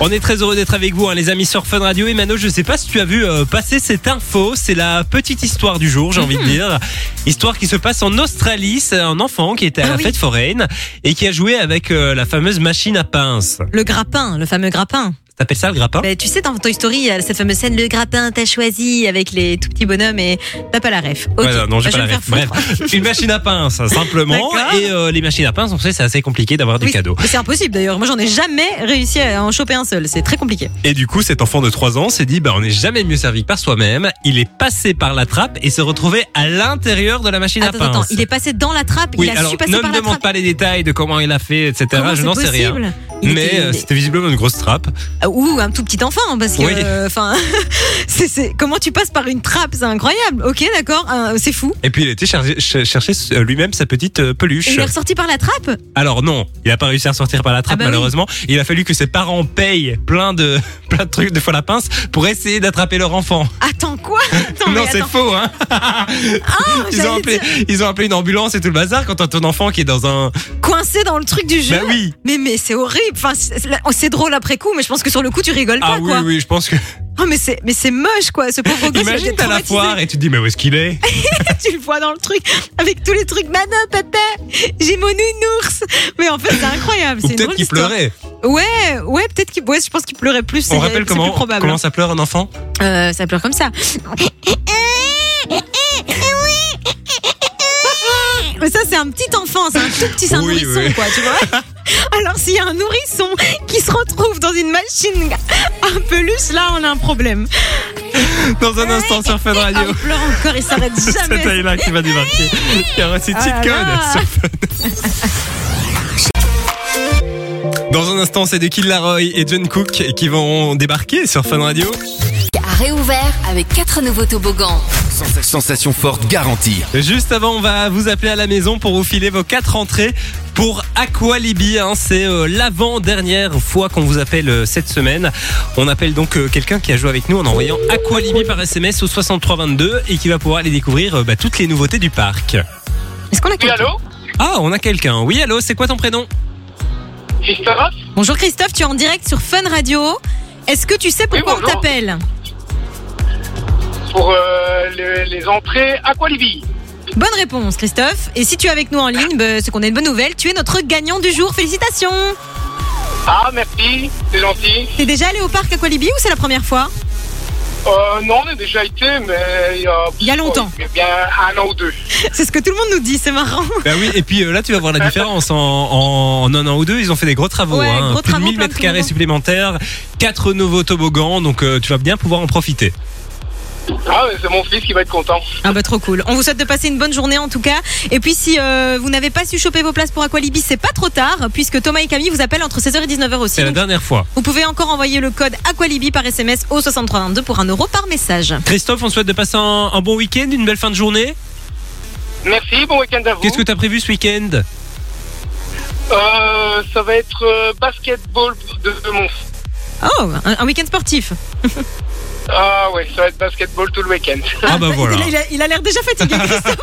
On est très heureux d'être avec vous, hein, les amis sur Fun Radio. Et Mano, je sais pas si tu as vu euh, passer cette info. C'est la petite histoire du jour, j'ai envie Mhm. de dire. Histoire qui se passe en Australie. C'est un enfant qui était à Ah la oui. fête foraine et qui a joué avec euh, la fameuse machine à pince. Le grappin, le fameux grappin. T'appelles ça le grappin Bah, tu sais, dans Toy Story, il y a cette fameuse scène, le grappin, t'as choisi avec les tout petits bonhommes et t'as pas la ref. Ok, Ouais, non, non, j'ai bah, je pas la vais ref. me faire Bref, foutre. une machine à pince, simplement. D'accord. Et euh, les machines à pince, on sait, c'est assez compliqué d'avoir du Oui, cadeau. mais C'est impossible d'ailleurs. Moi, j'en ai jamais réussi à en choper un seul. C'est très compliqué. Et du coup, cet enfant de 3 ans s'est dit, bah, on n'est jamais mieux servi que par soi-même. Il est passé par la trappe et s'est retrouvé à l'intérieur de la machine Attends, à pince. attends, il est passé dans la trappe. Ah, Oui, il a alors su passer ne par me la demande trappe. pas les détails de comment il a fait, etc. Comment je c'est n'en sais rien. possible Il Mais était- euh, c'était visiblement une grosse trappe. ou un tout petit enfant parce que Oui. euh, enfin c'est- c'est- comment tu passes par une trappe c'est incroyable ok d'accord euh, c'est fou Et puis il était chargé- ch- chercher euh, lui-même sa petite euh, et peluche. il est ressorti par la trappe Alors non, il n'a pas réussi à sortir par la trappe Ah bah oui. malheureusement. Il a fallu que ses parents payent plein de plein de trucs de fois la pince pour essayer d'attraper leur enfant. attends quoi attends, non, mais c'est attends. Ah, faux. Hein ils, ont j'allais appelé, ils ont appelé une ambulance et tout le bazar quand t'as ton enfant qui est dans un. coincé dans le truc du jeu Bah oui. mais mais c'est horrible enfin c'est c'est drôle après coup mais je pense que sur le coup tu rigoles Ah pas oui, quoi oui, je pense que. oh mais c'est mais c'est moche quoi ce pauvre gosse il a Imagine été t'as la traumatisé. foire et tu te dis mais où est-ce qu'il est tu le vois dans le truc avec tous les trucs Manon papa j'ai mon nounours mais en fait c'est incroyable Ou c'est une peut-être drôle qu'il d'histoire. pleurait. ouais ouais peut-être qu'il ouais je pense qu'il pleurait plus c'est- On rappelle c'est plus comment probable. hein. comment ça pleure un enfant Euh, ça pleure comme ça. Mais ça, c'est un petit enfant, c'est un tout petit, c'est un Oui, nourrisson, oui. quoi, tu vois. Alors, s'il y a un nourrisson qui se retrouve dans une machine à peluche, là, on a un problème. Dans un instant sur Fun Ah, Radio. il pleure encore, il s'arrête C'est jamais. Oh Taylor qui va débarquer. Il y aura aussi Ah là Cheat Code là. sur Fun. Dans un instant, c'est de Kid Laroi et John Cook qui vont débarquer sur Fun Radio. a réouvert avec quatre nouveaux toboggans. Sensa- Sensation forte garantie. Juste avant, on va vous appeler à la maison pour vous filer vos quatre entrées pour Aqualibi. hein. C'est euh, l'avant-dernière fois qu'on vous appelle euh, cette semaine. On appelle donc euh, quelqu'un qui a joué avec nous en envoyant Aqualibi par SMS au 6322 et qui va pouvoir aller découvrir euh, bah, toutes les nouveautés du parc. Est-ce qu'on a quelqu'un allô Ah, on a quelqu'un. Oui, allô, c'est quoi ton prénom Christophe Bonjour Christophe, tu es en direct sur Fun Radio. Est-ce que tu sais pourquoi on bonjour. t'appelle pour euh, le- les entrées Aqualibi. Bonne réponse Christophe. Et si tu es avec nous en ligne, bah, c'est qu'on a une bonne nouvelle. Tu es notre gagnant du jour. Félicitations Ah, merci, c'est gentil. T'es déjà allé au parc Aqualibi ou c'est la première fois Euh, non, on a déjà été, mais il y a, Il y a longtemps. Eh bien un an ou deux. C'est ce que tout le monde nous dit, c'est marrant. Bah oui, et puis euh, là, tu vas voir la différence. En, en un an ou deux, ils ont fait des gros travaux. Ouais, hein. gros Plus travaux, de 1000 plein de mètres carrés toboggans. supplémentaires, quatre nouveaux toboggans, donc euh, tu vas bien pouvoir en profiter. Ah, mais c'est mon fils qui va être content. Ah bah trop cool. On vous souhaite de passer une bonne journée en tout cas. Et puis si euh, vous n'avez pas su choper vos places pour Aqualibi, c'est pas trop tard puisque Thomas et Camille vous appellent entre 16h et 19h aussi. C'est la Donc, dernière fois. vous pouvez encore envoyer le code Aqualibi par SMS au 6322 pour 1 euro par message. Christophe, on te souhaite de passer un, un bon week-end, une belle fin de journée. Merci, bon week-end à vous. Qu'est-ce que t'as prévu ce week-end Euh, ça va être euh, basketball de, de mon fils. Oh, un, un week-end sportif. Ah ouais, ça va être basketball tout le week-end. Ah bah il- voilà. Il, a- il a l'air déjà fatigué, Christophe.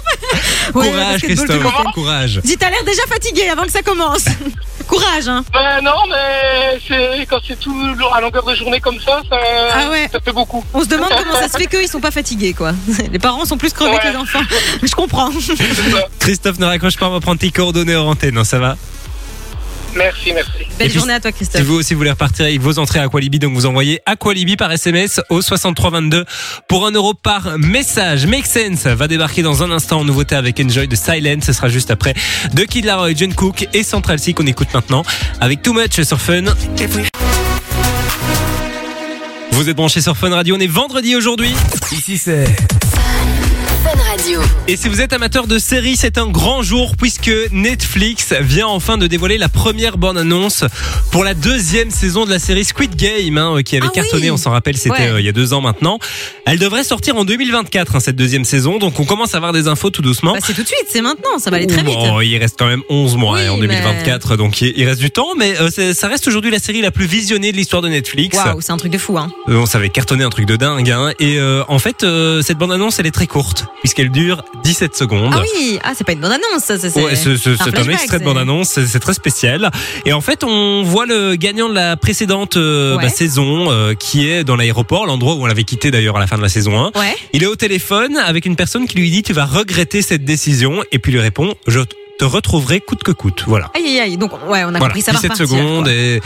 Ouais, Courage, basketball tout le Christophe, week-end. courage. Dis, t'as l'air déjà fatigué avant que ça commence. Courage, hein. ben non, mais c'est quand c'est tout lourd à longueur de journée comme ça, ça, Ah ouais. ça fait beaucoup. On se demande comment ça se fait qu'eux, ils sont pas fatigués, quoi. Les parents sont plus crevés que les Ouais. enfants. Je comprends. Christophe, ne raccroche pas, on va prendre tes coordonnées en antenne, hein, ça va Merci, merci. Belle Et puis, journée à toi, Si Christophe. vous aussi vous voulez repartir avec vos entrées à Aqualibi, donc vous envoyez Aqualibi par SMS au 6322 pour 1 euro par message. Make Sense va débarquer dans un instant en nouveauté avec Enjoy de Silent. Ce sera juste après de Kid Laroi, John Cook et Central C qu'on écoute maintenant avec Too Much sur Fun. Vous êtes branchés sur Fun Radio, on est vendredi aujourd'hui. Ici c'est Fun Radio. Et si vous êtes amateur de séries, c'est un grand jour puisque Netflix vient enfin de dévoiler la première bande-annonce pour la deuxième saison de la série Squid Game, hein, qui avait Ah oui. cartonné, on s'en rappelle, c'était Ouais. euh, il y a deux ans maintenant. Elle devrait sortir en 2024, hein, cette deuxième saison, donc on commence à avoir des infos tout doucement. Bah, c'est tout de suite, c'est maintenant, ça va aller très vite. Bon, il reste quand même 11 mois Oui, hein, en mais- 2024, donc il il reste du temps, mais euh, c'est- ça reste aujourd'hui la série la plus visionnée de l'histoire de Netflix. Waouh, c'est un truc de fou, hein. Euh, on savait cartonner un truc de dingue, hein, et euh, en fait, euh, cette bande-annonce, elle est très courte, puisqu'elle dure 17 secondes. Ah oui, ah, c'est pas une bonne annonce, ça, ça, c'est. bah. Ouais, ce- ce- un c'est un flashback, extrait de c'est- bande-annonce, c'est c'est très spécial. Et en fait, on voit le gagnant de la précédente euh, Ouais. bah, saison, euh, qui est dans l'aéroport, l'endroit où on l'avait quitté d'ailleurs à la fin de la saison 1. Ouais. Il est au téléphone avec une personne qui lui dit Tu vas regretter cette décision, et puis lui répond Je te retrouverai coûte que coûte. Voilà. Aïe, aïe, aïe. Donc, ouais, on a Voilà, compris, ça 17 va repartir. secondes quoi. et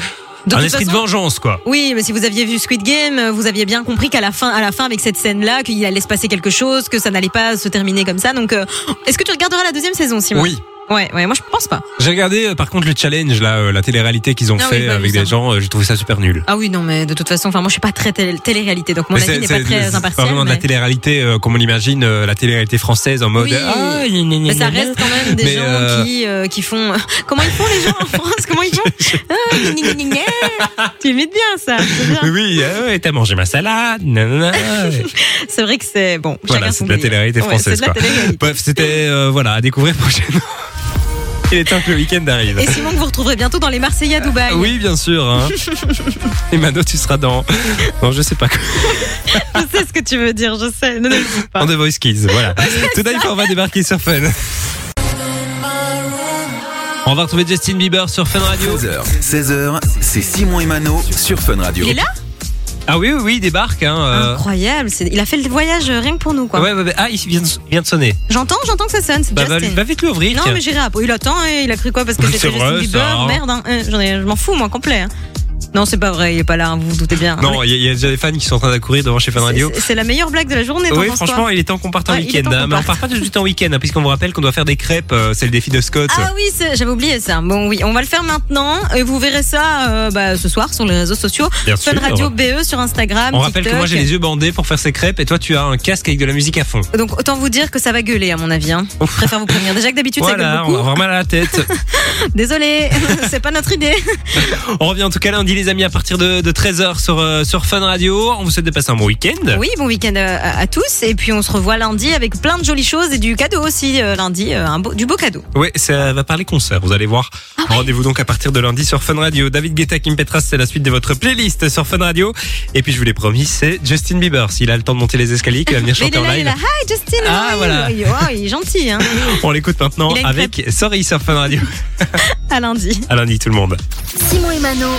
De un toute esprit de façon- vengeance, quoi. Oui, mais si vous aviez vu Squid Game, euh, vous aviez bien compris qu'à la fin, à la fin, avec cette scène-là, qu'il allait se passer quelque chose, que ça n'allait pas se terminer comme ça. Donc, euh, est-ce que tu regarderas la deuxième saison, Simon Oui. Ouais, ouais, moi je pense pas. J'ai regardé euh, par contre le challenge, là, euh, la télé-réalité qu'ils ont Ah oui, fait bah oui, avec ça. des gens, euh, j'ai trouvé ça super nul. Ah oui, non, mais de toute façon, enfin, moi je suis pas très télé- télé-réalité, donc mon Mais avis n'est pas très impartial. vraiment de mais... la télé-réalité euh, comme on l'imagine, euh, la télé-réalité française en mode. Oui. Ah, gna, gna, Mais gna, Bah, ça gna. reste quand même des Mais, gens euh, qui, euh, qui font. Comment ils font les gens en France Comment ils font Ah, gna, gna, gna, gna. Tu imites bien ça. c'est bien. Oui, ah ouais, t'as mangé ma salade. nanana. C'est vrai que c'est bon. Voilà, chacun c'est son de la délire. télé-réalité Ouais, française, c'est de la quoi. télé-réalité. Bref, c'était euh, voilà à découvrir prochainement. Il est temps que le week-end arrive. Et Simon que vous retrouverez bientôt dans les Marseillais à Dubaï. Euh, Oui, bien sûr. hein. Et Mano, tu seras dans. Non, je sais pas. quoi. Je sais ce que tu veux dire. Je sais. Ne, ne le dis pas. Dans The Voice Kids, voilà. Tonight, on va débarquer sur Fun. On va retrouver Justin Bieber sur Fun Radio. 16h. 16h, c'est Simon et Mano sur Fun Radio. Il est là Ah oui, oui, oui, il débarque. hein, euh. Incroyable. c'est- Il a fait le voyage euh, rien que pour nous, quoi. Ouais, ouais, ouais. Ah, il vient de, il vient de sonner. J'entends, j'entends que ça sonne. C'est Bah, va, Justin. va vite lui ouvrir. non, tiens. mais j'irai. à- Il attend. hein, Il a cru quoi parce que C'est c'était vrai, Justin Bieber. ça, Euh, hein. Merde. hein, hein, j'en ai- Je m'en fous, moi, complet. hein. Non, c'est pas vrai, il est pas là, hein, vous vous doutez bien. Non, il y, a- il y a déjà des fans qui sont en train d'accourir devant chez Fun C'est- Radio. c'est- C'est la meilleure blague de la journée, t'en Oui, penses quoi franchement, il est temps qu'on parte en Ouais, il est week-end. temps hein, qu'on mais on parte. part pas tout de suite en week-end, hein, puisqu'on vous rappelle qu'on doit faire des crêpes. euh, c'est le défi de Scott. Ah oui, c'est- j'avais oublié ça. Bon oui, on va le faire maintenant et vous verrez ça euh, bah, ce soir sur les réseaux sociaux. Bien Fun sûr. Radio BE sur Instagram, On rappelle que TikTok. moi j'ai les yeux bandés pour faire ces crêpes et toi tu as un casque avec de la musique à fond. Donc autant vous dire que ça va gueuler à mon avis. hein. Je préfère vous prévenir. Déjà que d'habitude ça Voilà, gueule on va beaucoup. avoir mal à la tête. Désolé, c'est pas notre idée. on revient en tout cas lundi les amis à partir de, 13h sur, euh, sur Fun Radio. On vous souhaite de passer un bon week-end. Oui, bon week-end euh, à, à tous et puis on se revoit lundi avec plein de jolies choses et du cadeau aussi euh, lundi, euh, un beau- du beau cadeau. Oui, ça va parler concert, vous allez voir. Ah Rendez-vous donc à partir de lundi sur Fun Radio. David Guetta, Kim Petras, c'est la suite de votre playlist sur Fun Radio. Et puis je vous l'ai promis, c'est Justin Bieber. S'il a le temps de monter les escaliers, qu'il va venir Mais il chanter est en là, il est live. là. Hi Justin, how Ah, are you? voilà. Oh, il est gentil, hein. On l'écoute maintenant Il a une avec Sorry sur Fun Radio. à lundi. À lundi tout le monde. Simon et Mano.